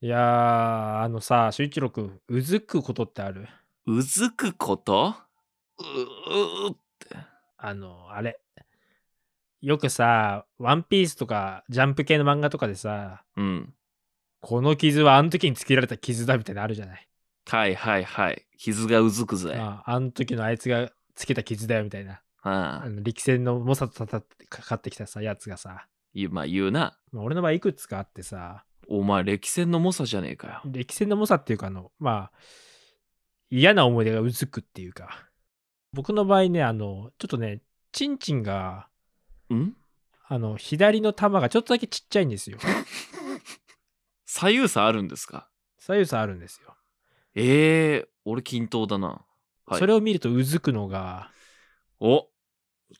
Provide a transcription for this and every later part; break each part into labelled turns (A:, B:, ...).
A: いやー、あのさ、修一郎くん、うずくことってある
B: うずくことううう
A: あの、あれ。よくさ、ワンピースとか、ジャンプ系の漫画とかでさ、
B: うん。
A: この傷はあの時につけられた傷だみたいなのあるじゃない。
B: はいはいはい。傷がうずくぜ。
A: ああの時のあいつがつけた傷だよみたいな。
B: あ
A: あ
B: あ。
A: の力戦の猛者と戦ってかかってきたさ、やつがさ、
B: 今言うな。
A: まあ俺の場合いくつかあってさ、
B: お前、歴戦の猛者じゃねえかよ。
A: 歴戦の猛者っていうかあの、まあ、嫌な思い出がうずくっていうか、僕の場合ね、あの、ちょっとね、チンチンが、
B: ん
A: あの、左の玉がちょっとだけちっちゃいん ですよ。
B: 左右差あるんですか
A: 左右差あるんですよ。
B: ええ俺均等だな。はい
A: それを見るとうずくのが、
B: お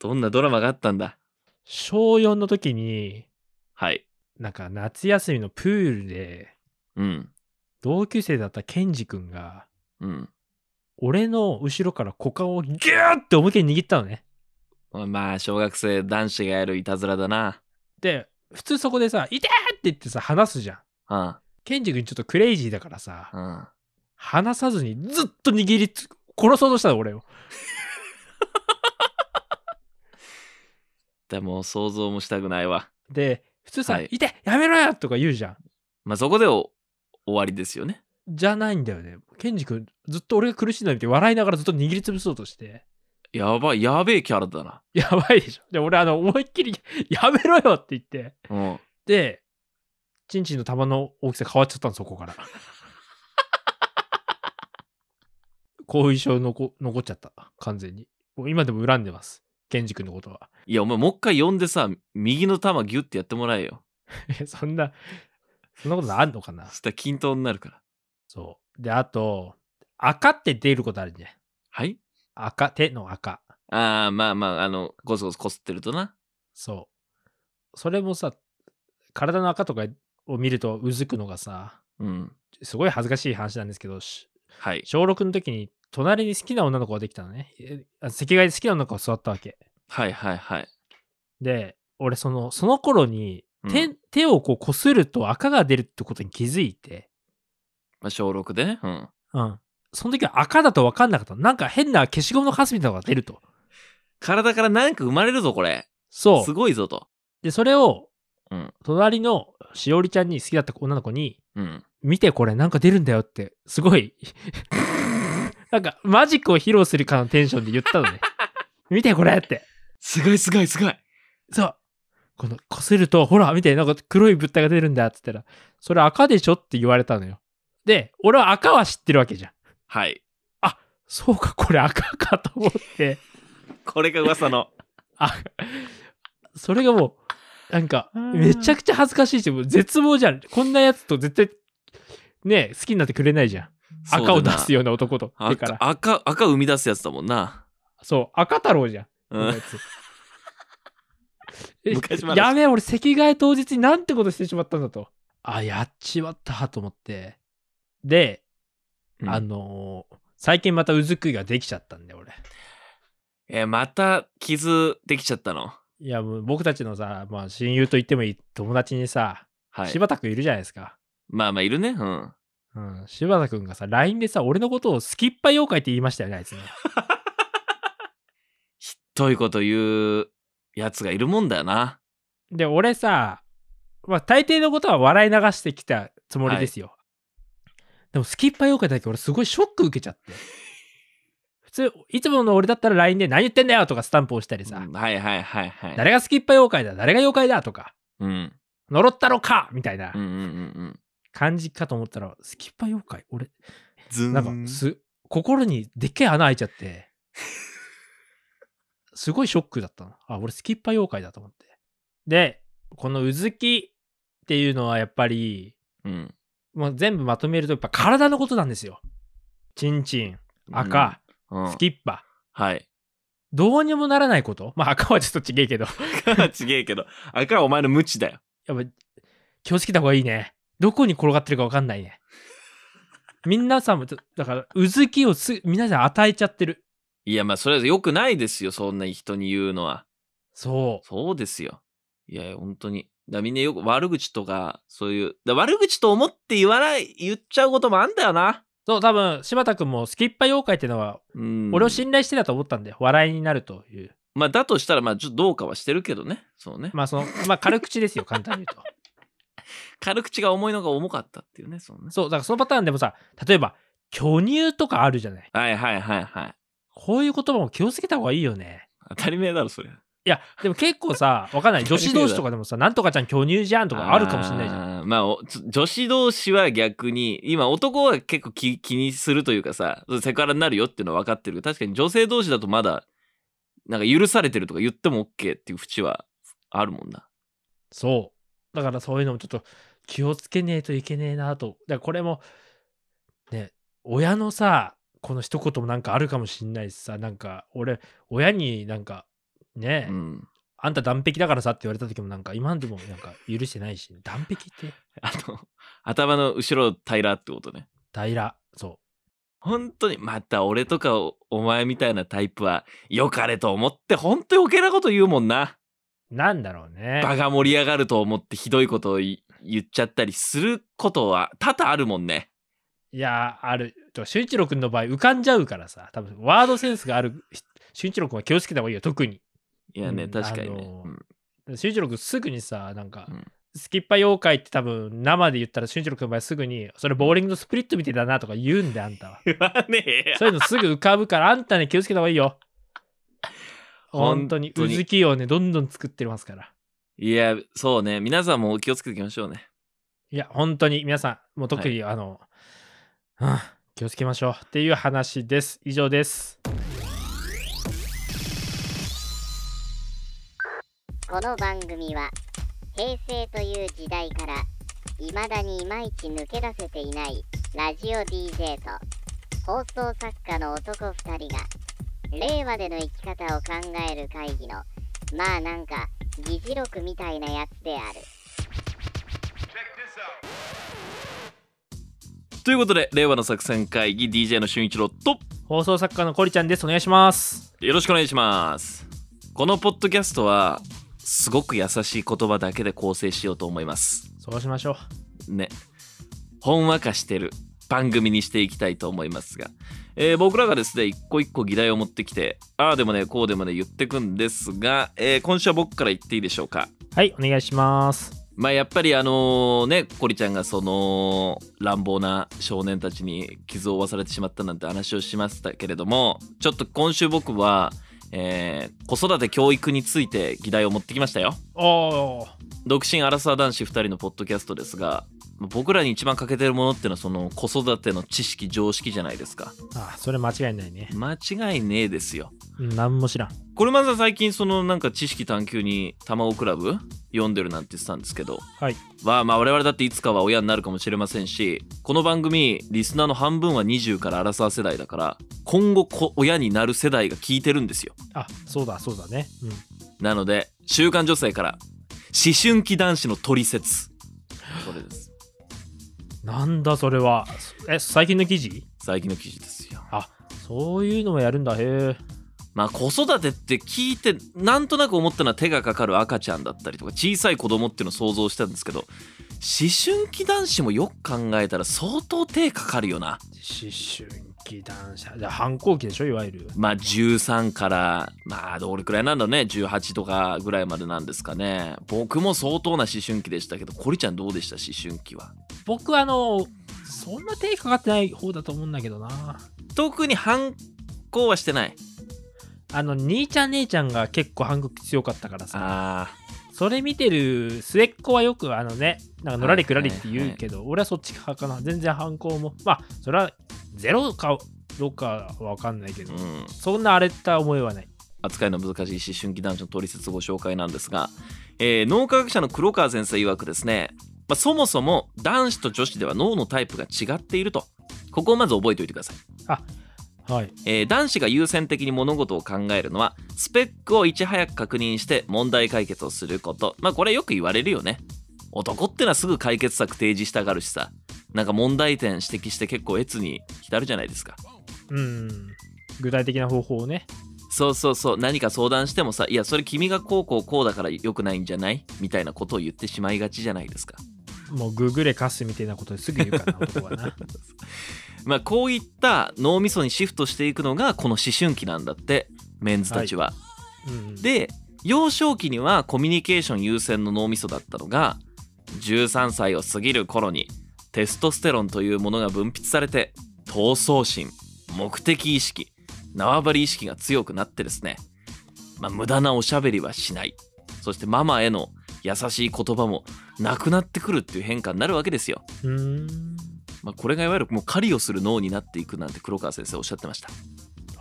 B: どんなドラマがあったんだ
A: 小4の時に、
B: はい。
A: なんか夏休みのプールで、
B: うん。
A: 同級生だったケンジ君が、
B: うん。
A: 俺の後ろから股間をギューって思いっきり握ったのね。
B: まあ、小学生男子がやるいたずらだな。
A: で、普通そこでさ、痛てーって言ってさ、話すじゃん。
B: あ
A: ケンジ君ちょっとクレイジーだからさ
B: あ。、うん。
A: 話さずにずっと握りつ、殺そうとしたの俺を。
B: でも、想像もしたくないわ。
A: で、普通さ、
B: はい
A: 痛てやめろよとか言うじゃん。
B: まあ、そこでお終わりですよね。
A: じゃないんだよね。ケンジ君、ずっと俺が苦しいのを見て笑いながらずっと握りつぶそうとして。
B: やばい、やべえキャラだな。
A: やばいでしょ。で、俺、あの、思いっきり、やめろよって言って。
B: うん。
A: で、チンチンの玉の大きさ変わっちゃったの、そこから。 後遺症残残っちゃった。完全に。もう今でも恨んでます。ケンジ君のことは。
B: いや、お前もう一回呼んでさ、右の玉ギュッてやってもらえよ。
A: えそんな、そんなことあんのかな
B: そしたら均等になるから。
A: そう。で、あと、赤って出ることあるじゃん。
B: はい
A: 赤、手の赤。
B: ああ、まあまあ、あの、ゴソゴソこすってるとな。
A: そう。それもさ、体の赤とかを見るとうずくのがさ、
B: うん。
A: すごい恥ずかしい話なんですけど、し
B: はい。
A: 小6の時に隣に好きな女の子ができたのね。えあ席替えで好きな女の子が座ったわけ。
B: はいはいはい。
A: で、俺その、その頃に
B: うん
A: 手,、手をこう擦ると赤が出るってことに気づいて、
B: まあ、小6でね。うん。
A: うん。その時は赤だと分かんなかったの。なんか変な消しゴムのカスみたいなのが出ると。
B: 体から何か生まれるぞ、これ。
A: そ
B: す
A: う。
B: ごいぞと。
A: で、それを
B: うん、
A: 隣のしおりちゃんに好きだった女の子に、
B: うん。
A: 見てこれなんか出るんだよってすごいなんかマジックを披露するかのテンションで言ったのね見てこれって
B: すごいすごいすごい。
A: そうこのこするとほら見てなんか黒い物体が出るんだっつったらそれ赤でしょって言われたのよで俺は赤は知ってるわけじゃん
B: はい。
A: そうかこれ赤かと思って
B: これが噂 の。
A: あそれがもうなんかめちゃくちゃ恥ずかしいしもう絶望じゃんこんなやつと絶対ね好きになってくれないじゃん赤を出す
B: よ。
A: ような男とだから
B: 赤、赤、赤生み出すやつだもんな。
A: そう、赤太郎じゃん。
B: う
A: この
B: ん
A: や。つえ
B: 昔話
A: やべえ、俺、席替え当日になんてことしてしまったんだと。あ、やっちまったと思って。で、
B: うん
A: あのー最近またうずくいができちゃったんで、俺。
B: えー、また傷できちゃったの。
A: いや、もう僕たちのさ、まあ、親友と言ってもいい友達にさ、
B: はい。
A: 柴田くんいるじゃないですか。
B: まあまあ、いるね。うん。
A: うん、柴田くんがさ、LINE でさ、俺のことをスキッパ妖怪って言いましたよね、あいつね。
B: ひどいこと言うやつがいるもんだよな。
A: で、俺さ、まあ、大抵のことは笑い流してきたつもりですよ。でも、スキッパ妖怪だけ俺すごいショック受けちゃって。 普通、いつもの俺だったら LINE で何言ってんだよとかスタンプ押したりさ、
B: うんはいはいはいはい。
A: 誰がスキッパ妖怪だ、誰が妖怪だとか、
B: うん。うん
A: 呪ったろかみたいな
B: うんうんうん。
A: 感じかと思ったら、スキッパ妖怪俺、
B: ずん。
A: なんかす、心にでっけえ穴開いちゃ って、すごいショックだったの。あ、俺スキッパ妖怪だと思って。で、このうずきっていうのはやっぱり、
B: うん。
A: もう全部まとめるとやっぱ体のことなんですよ。チンチン、赤、
B: うん。うん
A: スキッパ。
B: はい。
A: どうにもならないことまあ赤はちょっとちげえけど。
B: ちげえけど、赤はお前の無知だよ。
A: やっぱ気をつけた方がいいね。どこに転がってるかわかんない ね。皆さんもちょ、だから、うずきをす、皆さん与えちゃってる。
B: いや、まあ、それは良くないですよ。そんな人に言うのは。
A: そう。
B: そうですよ。いや、本当に。だからみんなよく悪口とか、そういう、だから悪口と思って言わない、言っちゃうこともあんだよな。
A: そう、多分、柴田君もスキッパ妖怪っていうのは、
B: うん。
A: 俺を信頼してたと思ったんで、笑いになるという。
B: まあ、だとしたら、まあ、ちょっとどうかはしてるけどね。そうね。
A: まあ、その、まあ、軽口です よ、簡単に言うと。
B: 軽口が重いのが重かったっていうね、そうね。
A: そう、だからそのパターンでもさ、例えば、巨乳とかあるじゃない。
B: はいはいはいはい。
A: こういう言葉も気をつけた方がいいよね。
B: 当たり前だろ、それ。
A: いや、でも結構さ、わかんない。女子同士とかでもさ、なんとかちゃん巨乳じゃんとかあるかもしれないじゃん。
B: ん。まあ、おつ女子同士は逆に、今男は結構気気にするというかさ、セクハラになるよっていうのは分かってるけど、確かに女性同士だとまだ、なんか許されてるとか言っても OK っていう縁はあるもんな。
A: そう。だからそういうのもちょっと気をつけねえといけねえなと。だからこれも、ね、親のさ、この一言もなんかあるかもしんないしさ、なんか俺、親になんか、ね、
B: うん。
A: あんた断壁だからさって言われた時もなんか今でもなんか許してないし、断壁って
B: あの、頭の後ろ平らってことね。
A: 平ら、そ
B: 本当に、また俺とかおお前みたいなタイプは、良かれと思って、本当に余計なこと言うもんな。
A: う。なんだろうね。
B: 場が盛り上がると思ってひどいことを言言っちゃったりすることは多々あるもんね。
A: いやーあるちょ俊一郎君の場合浮かんじゃうからさ多分ワードセンスがある人俊一郎君は気をつけた方がいいよ特に
B: いやね、
A: うん
B: 確かにね。
A: あのー
B: うん
A: 俊一郎君すぐにさなんか、
B: うん
A: スキッパ妖怪って多分生で言ったら俊一郎君の場合すぐにそれボーリングのスプリットみてえだなとか言うんであんたは
B: 言わねえや
A: そういうのすぐ浮かぶからあんたね気をつけた方がいいよ本当に
B: 本当に
A: うずきをねどんどん作ってますから
B: いや、そうね。皆さんも気をつけていきましょうね。
A: いや本当に皆さんもう特に、あの、うん気をつけましょうっていう話です以上です
C: この番組は平成という時代から未だにいまいち抜け出せていないラジオ DJ と放送作家の男2人が令和での生き方を考える会議のまあなんか議事録みたいなやつである。
B: ということで、令和の作戦会議 DJ の俊一郎と、
A: 放送作家のコリちゃんですお願いします
B: よろしくお願いします。このポッドキャストは、すごく優しい言葉だけで構成しようと思います。
A: そうしましょう。
B: ね。ほんわかしてる番組にしていきたいと思いますが、えー僕らがですね、一個一個議題を持ってきて、ああでもね、こうでもね、言ってくんですが、えー今週は僕から言っていいでしょうか。
A: はい、お願いします。
B: まあやっぱりあのねコリちゃんがその乱暴な少年たちに傷を負わされてしまったなんて話をしましたけれどもちょっと今週僕は、えー子育て教育について議題を持ってきましたよ
A: おお、
B: 独身アラサー男子2人のポッドキャストですが僕らに一番欠けてるものっていうのはその子育ての知識常識じゃないですか
A: あ、それ間違いないね。
B: 間違いねえですよ
A: うんなんも知らん。
B: これまず最近そのなんか知識探求に玉をクラブ読んでるなんて言ってたんですけど
A: はい。
B: まあまあ我々だっていつかは親になるかもしれませんしこの番組リスナーの半分は20からアラサー世代だから今後こ親になる世代が聞いてるんですよ
A: あ、そうだ、そうだね。うん。
B: なので「週刊女性」から「思春期男子の取説」これです
A: なんだそれは。え、最近の記事
B: 最近の記事ですよ
A: あ、そういうのもやるんだ。へえ。
B: まあ子育てって聞いてなんとなく思ったのは手がかかる赤ちゃんだったりとか小さい子供っていうのを想像したんですけど思春期男子もよく考えたら相当手かかるよな
A: 思春期男子。じゃあ反抗期でしょ、いわゆる。
B: まあ13からまあどれくらいなんだろうね18とかぐらいまでなんですかね僕も相当な思春期でしたけどコリちゃんどうでした思春期は
A: 僕、あの、そんな手かかってない方だと思うんだけどな。
B: 特に反抗はしてない
A: あの、兄ちゃん姉ちゃんが結構反抗期強かったからさ。
B: あ
A: それ見てる末っ子はよくあのね、なんかのらりくらりって言うけど、俺はそっち派かな。全然反抗も。まあ、それはゼロかどうかはわかんないけ
B: ー
A: ど、
B: うん
A: そんな荒れた思いはない。
B: 扱いの難しい思春期男女の取説ご紹介なんですが、えー脳科学者の黒川先生曰くですね、まあ、そもそも男子と女子では脳のタイプが違っているとここをまず覚えておいてください
A: はい。
B: えー男子が優先的に物事を考えるのはスペックをいち早く確認して問題解決をすることまあこれよく言われるよね男ってのはすぐ解決策提示したがるしさなんか問題点指摘して結構越に浸るじゃないですか
A: うん。具体的な方法をね。
B: そうそうそう何か相談してもさいやそれ君がこうこうこうだから良くないんじゃないみたいなことを言ってしまいがちじゃないですか
A: もうググレカスみたいなことですぐ言うからな男は な
B: まあこういった脳みそにシフトしていくのがこの思春期なんだってメンズたちは、
A: うん
B: で幼少期にはコミュニケーション優先の脳みそだったのが13歳を過ぎる頃にテストステロンというものが分泌されて闘争心目的意識縄張り意識が強くなってですね、まあ、無駄なおしゃべりはしないそしてママへの優しい言葉もなくなってくるっていう変化になるわけですよ、
A: うーん
B: まあ、これがいわゆるもう狩りをする脳になっていくなんて黒川先生おっしゃってました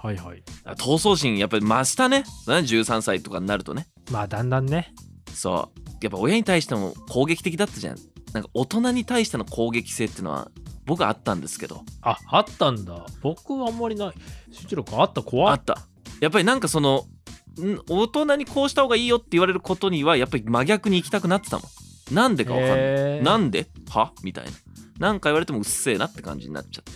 A: はいはい
B: あ闘争心やっぱり増したね13歳とかになるとね
A: まあだんだんね
B: そうやっぱ親に対しても攻撃的だったじゃんなんか大人に対しての攻撃性っていうのは僕あったんですけど
A: ああったんだ僕はあんまりない俊一郎君あった怖
B: あ
A: っ
B: ったやっぱりなんかそのん大人にこうした方がいいよって言われることにはやっぱり真逆に行きたくなってたもんなんでかわかんない、
A: へー
B: なんではみたいななんか言われてもうっせえなって感じになっちゃって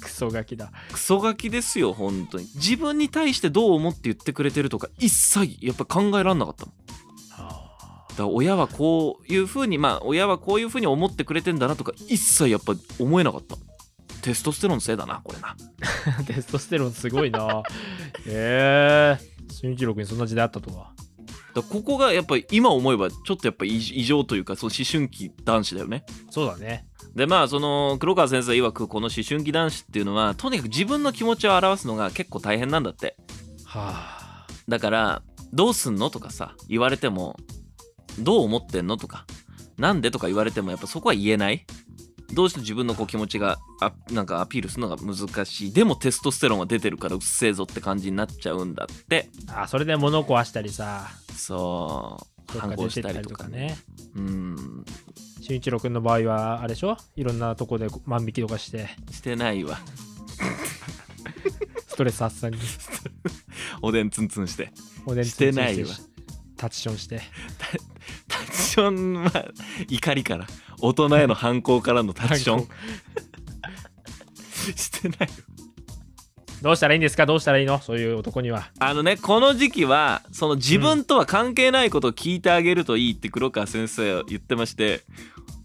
A: クソガキだ
B: クソガキですよ本当に自分に対してどう思って言ってくれてるとか一切やっぱ考えらんなかったもん
A: あ
B: だから親はこういうふうにまあ親はこういうふうに思ってくれてんだなとか一切やっぱ思えなかったテストステロンのせいだなこれな
A: ー テストステロンすごい なええ俊一郎君そんな時代あったとは
B: だからここがやっぱり今思えばちょっとやっぱ異異常というかその思春期男子だよね
A: そうだね
B: でまあその黒川先生曰くこの思春期男子っていうのはとにかく自分の気持ちを表すのが結構大変なんだって
A: はあ
B: だから「どうすんの?」とかさ言われても「どう思ってんの?」とか「なんで?」とか言われてもやっぱそこは言えないどうしても自分のこう気持ちがあなんかアピールするのが難しいでもテストステロンが出てるからうっせえぞって感じになっちゃうんだって
A: あそれで物壊したりさ
B: そう
A: どっ
B: 反
A: か
B: 抗
A: 出
B: してた
A: った
B: り
A: り
B: と
A: と
B: か
A: か
B: ね
A: ね
B: うん
A: 俊一郎君の場合はあれでしょいろんなとこで万引きとかして
B: してないわ
A: ストレス発 散に
B: おでんツンツンして
A: おでんつ
B: して
A: んつん
B: ないわ
A: タッチションして
B: タッチションは怒りから大人への反抗からのタッチショ
A: 反
B: ンしてない
A: どうしたらいいんですかどうしたらいいのそういう男には
B: あのねこの時期はその自分とは関係ないことを聞いてあげるといいって黒川先生は言ってまして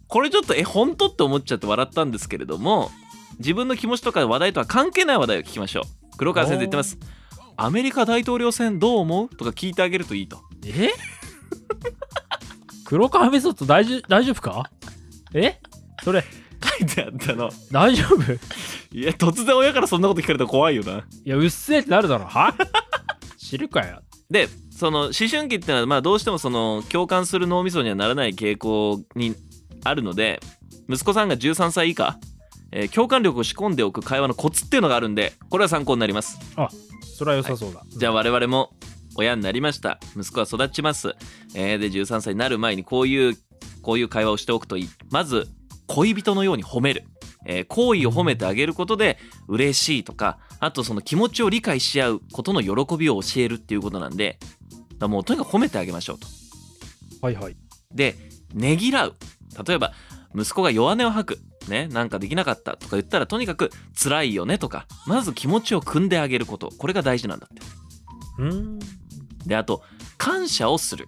B: これちょっとえ本当って思っちゃって笑ったんですけれども自分の気持ちとか話題とは関係ない話題を聞きましょう黒川先生言ってますアメリカ大統領選どう思うとか聞いてあげるといい と
A: え 黒川メソッド大丈大丈夫かえそれ
B: 書いてあったの
A: 大丈夫い
B: いや突然親からそんなこと聞かれたら怖いよな
A: やうっせえってなるだろは知るかよ
B: でその思春期ってのはまあどうしてもその共感する脳みそにはならない傾向にあるので息子さんが13歳以下、えー共感力を仕込んでおく会話のコツっていうのがあるんでこれは参考になります
A: それは良さそうだ、
B: じゃあ我々も親になりました息子は育ちます、えーで13歳になる前にこういうこういう会話をしておくといいまず恋人のように褒めるえー好意、を褒めてあげることで嬉しいとかあとその気持ちを理解し合うことの喜びを教えるっていうことなんでだからもうとにかく褒めてあげましょうと
A: はいはい
B: でねぎらう例えば息子が弱音を吐くねなんかできなかったとか言ったらとにかく辛いよねとかまず気持ちを汲んであげることこれが大事なんだって
A: うーん
B: であと感謝をする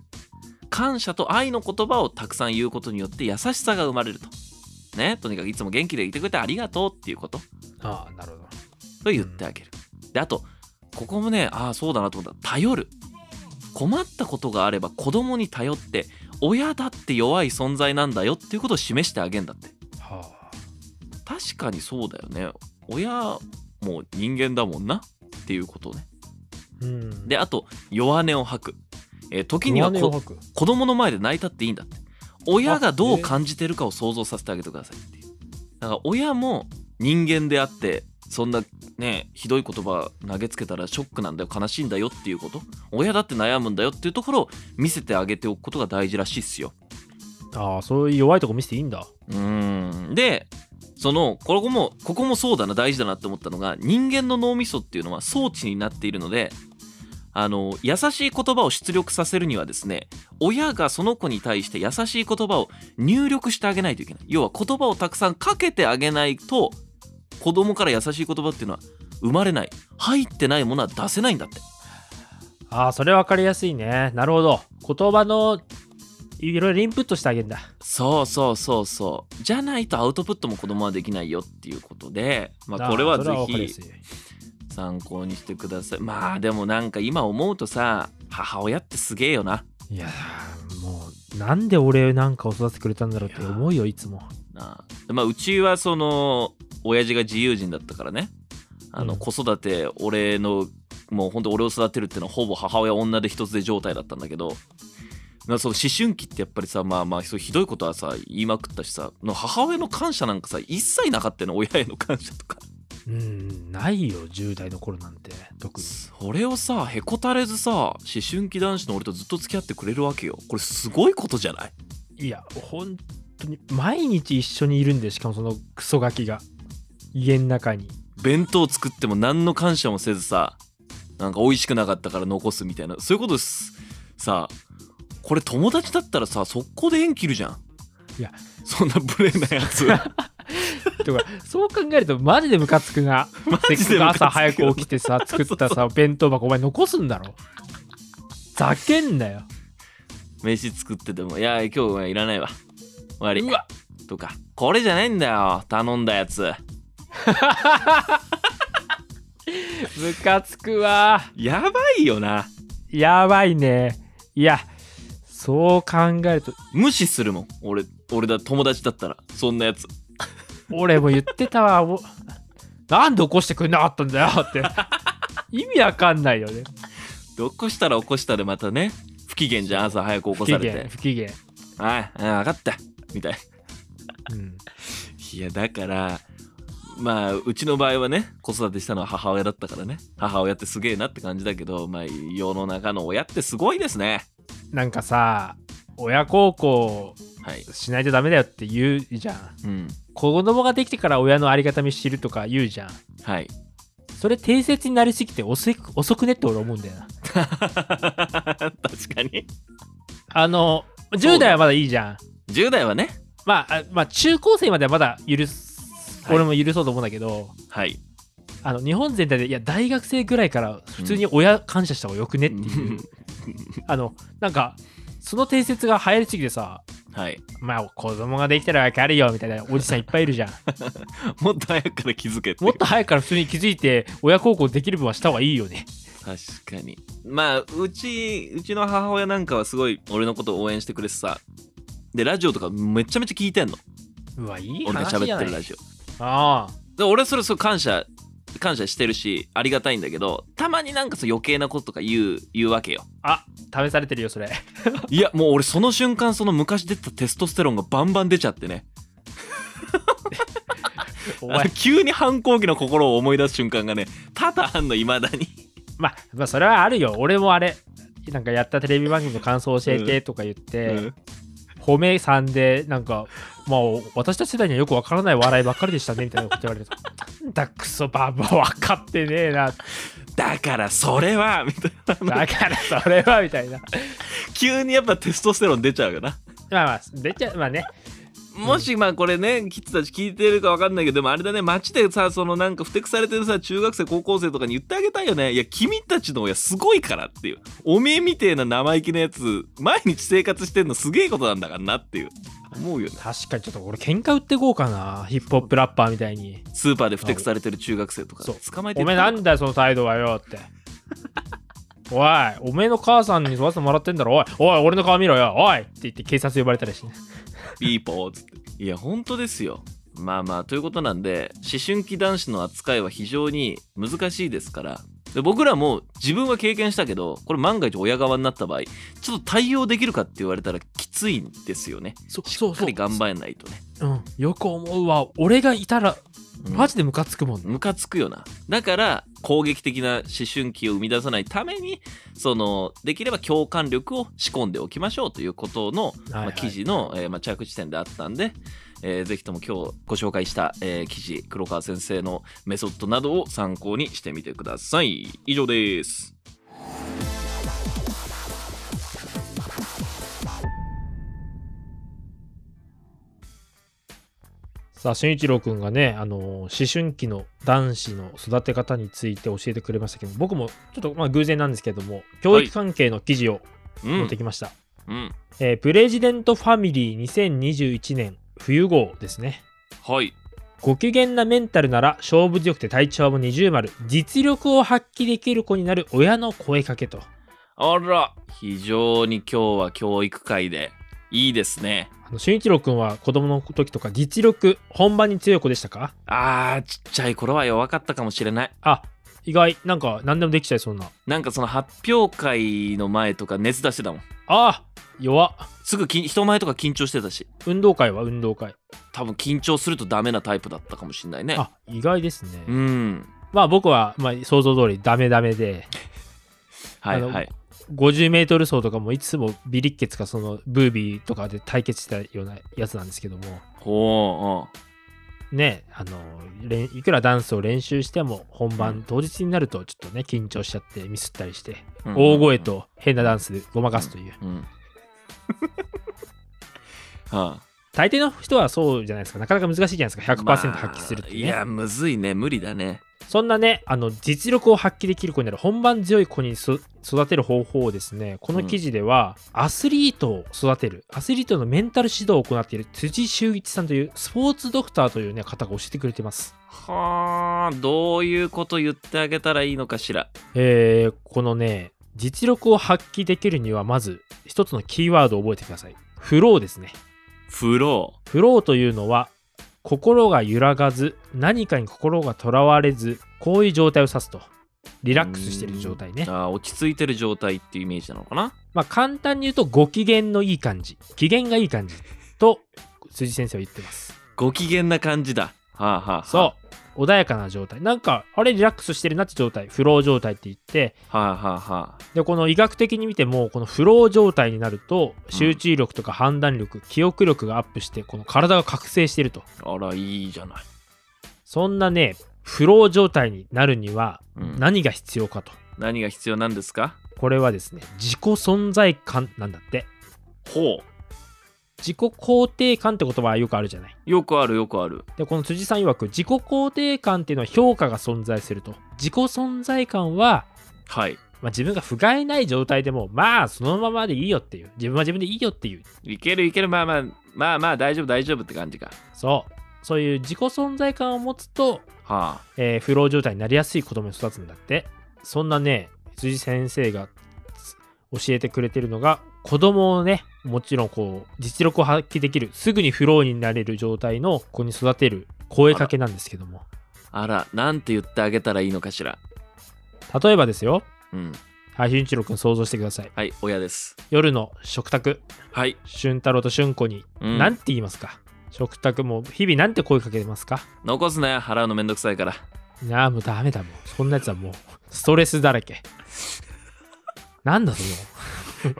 B: 感謝と愛の言葉をたくさん言うことによって優しさが生まれるとねとにかくいつも元気でいてくれてありがとうっていうこと
A: ああなるほど
B: を言ってあげる、であとここもねああそうだなと思った頼る困ったことがあれば子供に頼って親だって弱い存在なんだよっていうことを示してあげんだって
A: は
B: 確かにそうだよね親も人間だもんなっていうことね
A: あうん
B: であと弱音を吐く、えー時にはこ
A: 弱音を吐く
B: 子供の前で泣いたっていいんだって親がどう感じてるかを想像させてあげてくださいっていうだから親も人間であってそんなねひどい言葉投げつけたらショックなんだよ悲しいんだよっていうこと親だって悩むんだよっていうところを見せてあげておくことが大事らしいっすよ
A: ああそういう弱いとこ見せていいんだ
B: うーんでそのここもここもそうだな大事だなって思ったのが人間の脳みそっていうのは装置になっているのであの優しい言葉を出力させるにはですね親がその子に対して優しい言葉を入力してあげないといけない要は言葉をたくさんかけてあげないと子供から優しい言葉っていうのは生まれない入ってないものは出せないんだって
A: ああ、それ分かりやすいね。なるほど。言葉のいろいろインプットしてあげるんだ。
B: そうそうそうそうじゃないとアウトプットも子供はできないよっていうことで、ま
A: あ
B: あ、
A: ー
B: これは
A: そ
B: ぜ
A: 分かりや
B: ひ
A: すい
B: 参考にしてくださいまあでもなんか今思うとさ母親ってすげえよない
A: やーもうなんで俺なんかを育ててくれたんだろうって思うよいつも
B: なあまあうちはその親父が自由人だったからねあの
A: うん
B: 子育て俺のもうほんと俺を育てるってのはほぼ母親女で一つで状態だったんだけどまあその思春期ってやっぱりさまあまあそうひどいことはさ言いまくったしさの母親の感謝なんかさ一切なかったよね親への感謝とか
A: うんないよ10代の頃なんて特に
B: それをさへこたれずさ思春期男子の俺とずっと付き合ってくれるわけよこれすごいことじゃない
A: いや本当に毎日一緒にいるんでしかもそのクソガキが家の中に
B: 弁当作っても何の感謝もせずさなんか美味しくなかったから残すみたいなそういうことですさこれ友達だったらさ速攻で縁切るじゃん
A: いや
B: そんな無礼なやつ
A: とか そう考えるとマジでムカつくが
B: マ
A: せっ
B: ジ
A: か
B: で
A: く朝早く
B: ムカつく
A: 起
B: よ
A: きて さ作ったさ弁当箱お前残すんだろざけんなよ
B: 飯作ってても「いや今日はいらないわ終わり」とか「これじゃないんだよ頼んだやつ
A: ムカつくわ」
B: やばいよな
A: やばいねいやそう考えると
B: 無視するもん俺俺だ友達だったらそんなやつ
A: 俺も言ってたわおなんで起こしてくんなかったんだよ って意味わかんないよね
B: で起こしたら起こしたでまたね不機嫌じゃん朝早く起
A: 不
B: こ
A: 機
B: され
A: 嫌
B: て
A: 不機嫌、
B: 「はいうん分かった」みたいな
A: うん、
B: いやだからまあうちの場合はね子育てしたのは母親だったからね母親ってすげえなって感じだけどまあ世の中の親ってすごいですね
A: なんかさ親孝行
B: はい
A: しないとダメだよって言うじゃん
B: うん
A: 子供ができてから親のありがたみ知るとか言うじゃん
B: はい
A: それ定説になりすぎて遅い遅くねって俺思うんだよな
B: 確かに
A: あの10代はまだいいじゃん
B: 10代はね
A: まああまあ中高生まではまだ許す、
B: はい
A: 俺も許そうと思うんだけど
B: はい
A: あの日本全体でいや大学生ぐらいから普通に親感謝した方がよくねっていう、 あのなんかその定説が流行りすぎてさ
B: はい
A: まあ子供ができてるわけあるよみたいなおじさんいっぱいいるじ ゃん
B: もっと早くから気づけってい
A: も
B: う
A: っと早くから普通に気づいて親孝行できる分はした方がいいよね
B: 確かにまあうちうちの母親なんかはすごい俺のことを応援してくれてさでラジオとかめちゃめちゃ聞いてんの
A: うわいい
B: 俺が
A: 話じ
B: 喋
A: ゃ
B: っ
A: な
B: て
A: い
B: るラジオ
A: あ
B: で俺はそれそう感謝感謝してるしありがたいんだけどたまになんかそう余計なこととか言う言うわけよ
A: ああ試されてるよそれ
B: いやもう俺その瞬間その昔出てたテストステロンがバンバン出ちゃってね
A: お
B: あの
A: 前
B: 急に反抗期の心を思い出す瞬間がね多々あんのいまだに
A: まあまあそれはあるよ俺もあれなんかやったテレビ番組の感想教えてとか言って、
B: うん
A: 褒めさんでなんかまあ私たち世代にはよくわからない笑いばっかりでしたねみたいなこと言われてなんだクソババア分かってねえな
B: だからそれはみたいなあの
A: だからそれはみたいな
B: 急にやっぱテストステロン出ちゃうよな
A: まあまあ出ちゃうまあね
B: もしまあこれねキッズたち聞いてるか分かんないけどでもあれだね街でさそのなんかふてくされてるさ中学生高校生とかに言ってあげたいよねいや君たちの親すごいからっていうおめえみてえな生意気なやつ毎日生活してんのすげえことなんだからなっていう思うよね
A: 確かにちょっと俺喧嘩売ってこうかなヒップホップラッパーみたいに
B: スーパーでふてくされてる中学生とか
A: そう
B: 捕まえて
A: おめえなんだよその態度はよっておいおめえの母さんに育ててもらってんだろおいおい俺の顔見ろよおいって言って警察呼ばれたりして、ね、
B: ピーポーっつっていや本当ですよまあまあということなんで思春期男子の扱いは非常に難しいですからで僕らも自分は経験したけどこれ万が一親側になった場合ちょっと対応できるかって言われたらきついんですよね
A: そ
B: しっかり頑張れないとね
A: うんよく思うわ俺がいたら
B: うん
A: マジでムカつくもんね、
B: ムカつくよなだから攻撃的な思春期を生み出さないためにそのできれば共感力を仕込んでおきましょうということの、
A: はいは
B: まあ、
A: い
B: 記事の、えーまあ、着地点であったんで、えーぜひとも今日ご紹介した、えー記事黒川先生のメソッドなどを参考にしてみてください以上です
A: さあ、俊一郎くんがね、あのー思春期の男子の育て方について教えてくれましたけど、僕もちょっとまあ偶然なんですけども、教育関係の記事を
B: う
A: 持っ
B: ん
A: てきました。
B: うん
A: えープレジデントファミリー2021年冬号ですね。
B: はい
A: ご機嫌なメンタルなら勝負強くて体調も二重丸実力を発揮できる子になる親の声かけと
B: あら非常に今日は教育界でいいですね
A: あの俊一郎くんは子供の時とか実力本番に強い子でしたか
B: あーちっちゃい頃は弱かったかもしれない
A: あ意外なんか何でもできちゃいそうな
B: なんかその発表会の前とか熱出してたもん
A: あ弱っ
B: すぐき人前とか緊張してたし
A: 運動会は運動会
B: 多分緊張するとダメなタイプだったかもしれないね
A: あ意外ですね、
B: うん
A: まあ僕は、まあ、想像通りダメダメで
B: はい
A: あの
B: はい
A: 50メートル走とかもいつもビリッケツかそのブービーとかで対決してたようなやつなんですけども
B: ほう
A: ねあのれんいくらダンスを練習しても本
B: うん
A: 番当日になるとちょっとね緊張しちゃってミスったりして
B: うん
A: 大声と変なダンスでごまかすという
B: うんはあ
A: 大抵の人はそうじゃないですかなかなか難しいじゃないですか100%
B: まあ
A: 発揮するって
B: い
A: ね、
B: やむずいね無理だね
A: そんなねあの実力を発揮できる子になる本番強い子にそ育てる方法をですねこの記事では、アスリートを育てるアスリートのメンタル指導を行っている辻修一さんというスポーツドクターという、ね、方が教えてくれてます
B: はあどういうこと言ってあげたらいいのかしら
A: えーこのね実力を発揮できるにはまず一つのキーワードを覚えてくださいフローですね
B: フロ
A: フローというのは心が揺らがず何かに心がとらわれずこういう状態を指すとリ
B: ー
A: ラックスしている状態ね
B: うんあー落ち着いてる状態っていうイメージなのかな
A: まあ簡単に言うとご機嫌のいい感じ機嫌がいい感じと辻先生は言ってます
B: ご機嫌な感じだはあはあはあ
A: そう穏やかな状態なんかあれリラックスしてるなって状態フロー状態って言って
B: はあはあはあ
A: でこの医学的に見てもこのフロー状態になると集中力とか判断力、記憶力がアップしてこの体が覚醒していると
B: あらいいじゃない、
A: そんなねフロー状態になるには
B: うん
A: 何が必要かと、
B: 何が必要なんですか
A: これはですね自己存在感なんだって
B: ほ
A: 自己肯定感って言葉はよくあるじゃないう
B: よくあるよくある
A: でこの辻さん曰く自己肯定感っていうのは評価が存在すると自己存在感は、
B: はい
A: まあ、自分が不甲斐ない状態でもまあそのままでいいよっていう自分は自分でいいよっていう
B: いけるいけるまあまあまあまあ大丈夫大丈夫って感じか
A: そうそういう自己存在感を持つと、
B: はあ
A: えー不老状態になりやすい子供に育つんだってそんなね辻先生がつ教えてくれてるのが子供をねもちろんこう実力を発揮できるすぐに不老になれる状態の子に育てる声かけなんですけども
B: あらなんて言ってあげたらいいのかしら
A: 例えばですよ
B: うん
A: はい俊一郎君想像してください
B: はい親です
A: 夜の食卓
B: はい、
A: 俊太郎と俊子に
B: うん、
A: 何て言いますか、食卓も日々何て声かけてますか
B: 残すなよ払うのめんどくさいから
A: なあもうダメだもうそんなやつはもうストレスだらけなんだその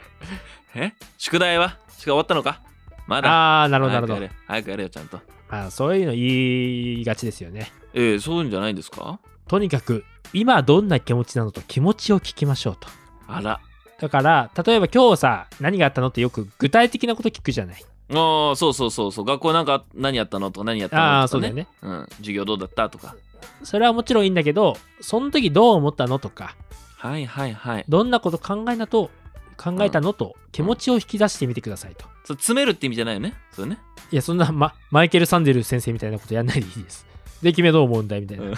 B: え宿題は宿題終わったのかまだ
A: ああーなるほどなるほ
B: 早くや
A: ど
B: れ早くやれよちゃんと
A: あーそういうの言いがちですよね
B: ええそういうんじゃないんですか
A: とにかく今どんな気持ちなのと気持ちを聞きましょうと
B: あら
A: だから例えば今日さ何があったのってよく具体的なこと聞くじゃない
B: ああそうそうそうそう学校なんか何やったのとか何やったのとか、ね、
A: ああーそうだよね
B: うん、授業どうだったとか
A: それはもちろんいいんだけどその時どう思ったのとか
B: はいはいはい
A: どんなこと考えなと考えたのと気持ちを引き出してみてくださいと
B: そう詰めるって意味じゃないよねそうね
A: いや、そんな、ま、マイケル・サンデル先生みたいなことやんないでいいです。で、君はどう思うんだいみたいな。
B: うん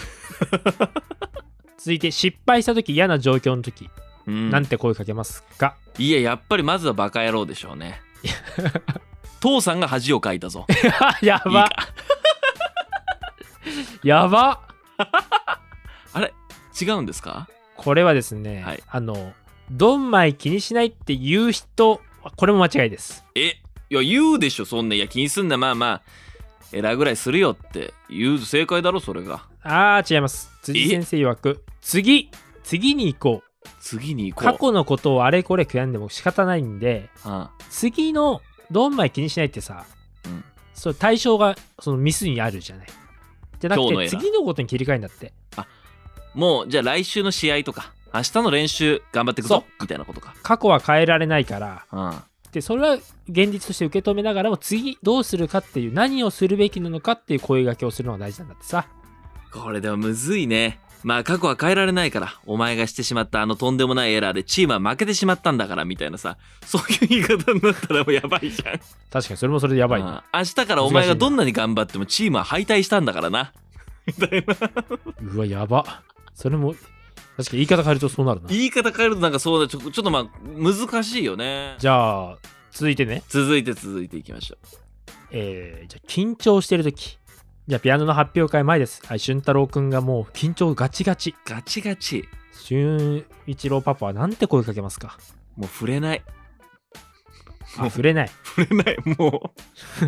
A: 続いて、失敗したとき、嫌な状況のとき、
B: うん
A: なんて声かけますか
B: いややっぱりまずはバカ野郎でしょうね父さんが恥をかいたぞ
A: や
B: いい
A: ば
B: か
A: やば
B: あれ違うんですか
A: これはですね、
B: はい
A: あの、ドンマイ気にしないって言う人、これも間違いです。
B: えいや言うでしょそんないや気にすんなまあまあえらぐらいするよって言う正解だろそれが
A: あー、違います。辻先生曰く、次、次に行こう。
B: 次に行こう
A: 過去のことをあれこれ悔やんでも仕方ないんで、
B: あ
A: 次のドンマイ気にしないってさ、
B: うん
A: そう対象がそのミスにあるじゃないじゃなく
B: 今日のエ
A: て
B: ラー
A: 次のことに切り替えんだって
B: もうじゃあ来週の試合とか明日の練習頑張ってく
A: そ
B: ぞ
A: う
B: みたいなことか
A: 過去は変えられないから
B: うん
A: でそれは現実として受け止めながらも次どうするかっていう何をするべきなのかっていう声掛けをするのが大事なんだってさ
B: これでもむずいねまあ過去は変えられないからお前がしてしまったあのとんでもないエラーでチームは負けてしまったんだからみたいなさそういう言い方になったらもうやばいじゃん
A: 確かにそれもそれでやばい、
B: あー明日からお前がどんなに頑張ってもチームは敗退したんだからなみたいな
A: うわやばそれも確かに言い方変えるとそうなるな
B: 言い方変えるとなんかそうだちょちょっとまあ難しいよね
A: じゃあ続いてね
B: 続いて続いていきましょ
A: えーじゃあ緊張してる時じゃあピアノの発表会前ですはい俊太郎くんがもう緊張ガチガチ
B: うガチガチ
A: 俊一郎パパはなんて声かけます か
B: もう触れない
A: あ触れない
B: 触れないも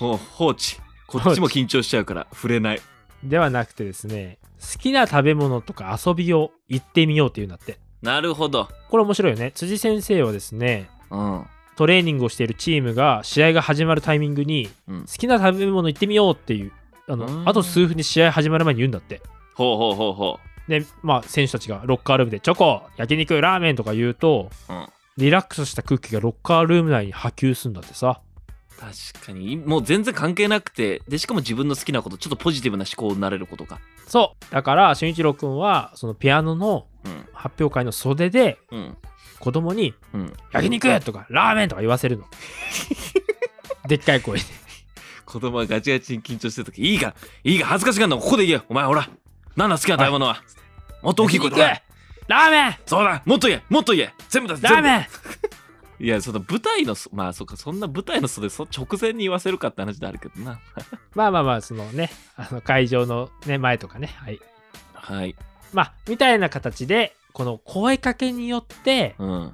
B: うもう放置こっちも緊張しちゃうから触れない
A: ではなくてですね好きな食べ物とか遊びを言ってみようっていうんだって
B: なるほど
A: これ面白いよね辻先生はですね
B: うん
A: トレーニングをしているチームが試合が始まるタイミングに
B: うん
A: 好きな食べ物行ってみようっていうあ
B: う
A: の
B: ん
A: あと数分に試合始まる前に言うんだって
B: ほうほうほうほ
A: でまあ選手たちがロッカールームでチョコ焼肉ラーメンとか言うと
B: ううん
A: リラックスした空気がロッカールーム内に波及するんだってさ
B: 確かにもう全然関係なくてでしかも自分の好きなことちょっとポジティブな思考になれることか
A: そうだから俊一郎君はそのピアノの
B: うん
A: 発表会の袖で
B: うん
A: 子供に
B: うん
A: 「焼肉!」とか「ラーメン!」とか言わせ るのでっかい声で
B: 子供はガチガチに緊張してる時いいからいいから恥ずかしがんのここで言えよお前ほら何だ好きな食べ物は、もっと大きい声で
A: 焼肉ラーメン
B: そうだもっと言えもっと言え全部出せ
A: ラ
B: 全
A: ー
B: 部
A: メン
B: いやその舞台のそまあそっかそんな舞台の袖そ直前に言わせるかって話であるけどな
A: まあまあまあそのねあの会場の、ね、前とかねはい
B: はい
A: まあみたいな形でこの声かけによって
B: うん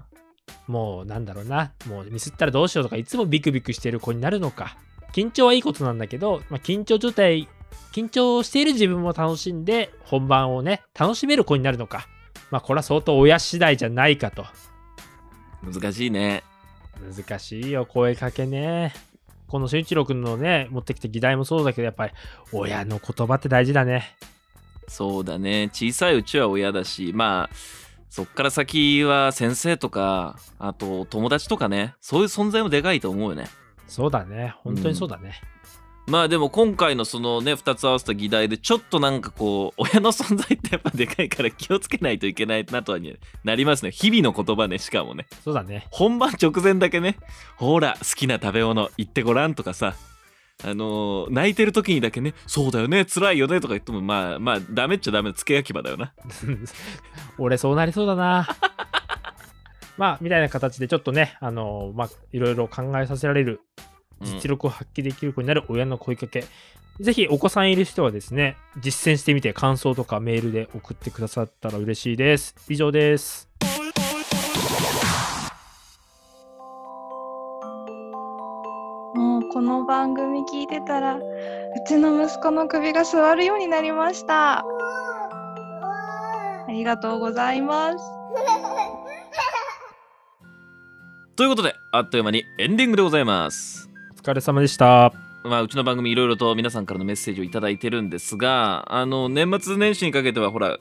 A: もうなんだろうなもうミスったらどうしようとかいつもビクビクしてる子になるのか緊張はいいことなんだけど、まあ、緊張状態緊張している自分も楽しんで本番をね楽しめる子になるのかまあこれは相当親次第じゃないかと
B: 難しいね
A: 難しいよ声かけねこの俊一郎君のね持ってきた議題もそうだけどやっぱり親の言葉って大事だね
B: そうだね小さいうちは親だしまあそっから先は先生とかあと友達とかねそういう存在もでかいと思うよね
A: そうだね本当にそうだね、
B: まあでも今回のそのね2つ合わせた議題でちょっとなんかこう親の存在ってやっぱでかいから気をつけないといけないなとはになりますね日々の言葉ねしかもね
A: そうだね。
B: 本番直前だけねほら好きな食べ物言ってごらんとかさあのー泣いてる時にだけねそうだよね辛いよねとか言ってもまあまあダメっちゃダメつけ焼き場だよな
A: 俺そうなりそうだな。 まあみたいな形でちょっとね、あのまあいろいろ考えさせられる実
B: 力
A: 力を発揮できる子になる親の声かけ、ぜひお子さんいる人はですね実践してみて感想とかメールで送ってくださったら嬉しいです以上です
D: もうこの番組聞いてたらうちの息子の首が座るようになりましたありがとうございます
B: ということであっという間にエンディングでございます
A: お疲れ様でした
B: まあ、うちの番組いろいろと皆さんからのメッセージをいただいてるんですがあの年末年始にかけてはほら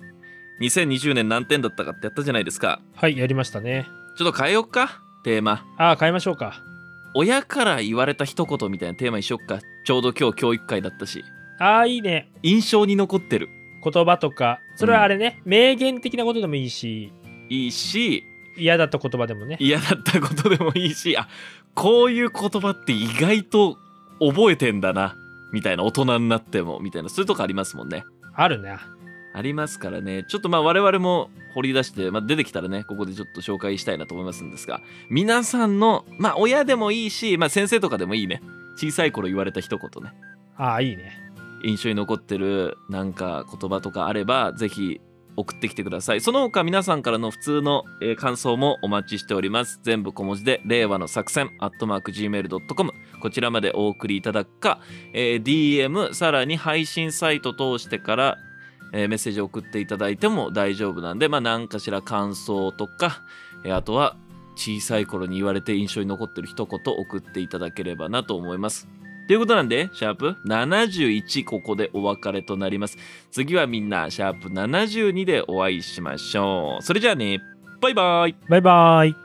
B: 2020年何点だったかってやったじゃないですか
A: はいやりましたね
B: ちょっと変えよっかテーマ
A: ああ変えましょうか
B: 親から言われた一言みたいなテーマにしよっかちょうど今日教育会だったし
A: ああいいね
B: 印象に残ってる
A: 言葉とかそれはあれね、名言的なことでもいいし
B: いいし
A: 嫌だった言葉でもね
B: 嫌だったことでもいいしあこういう言葉って意外と覚えてんだなみたいな大人になってもみたいなそういうとこありますもんね
A: あるね
B: ありますからね、ちょっとまあ我々も掘り出して、まあ、出てきたらね、ここでちょっと紹介したいなと思いますんですが、皆さんの、まあ親でもいいし、まあ先生とかでもいいね、小さい頃言われた一言ね、
A: ああいいね
B: 印象に残ってるなんか言葉とかあれば、ぜひ送ってきてください。その他皆さんからの普通の、えー感想もお待ちしております。全部小文字で、令和の作戦、アットマーク Gmail.com、こちらまでお送りいただくか、えー DM さらに配信サイト通してから、えーメッセージを送っていただいても大丈夫なんで、まあ、何かしら感想とか、えーあとは小さい頃に言われて印象に残ってる一言送っていただければなと思います。ということなんで、シャープ71ここでお別れとなります。次はみんな、シャープ72でお会いしましょう。それじゃあね、バイバイ
A: バイバイ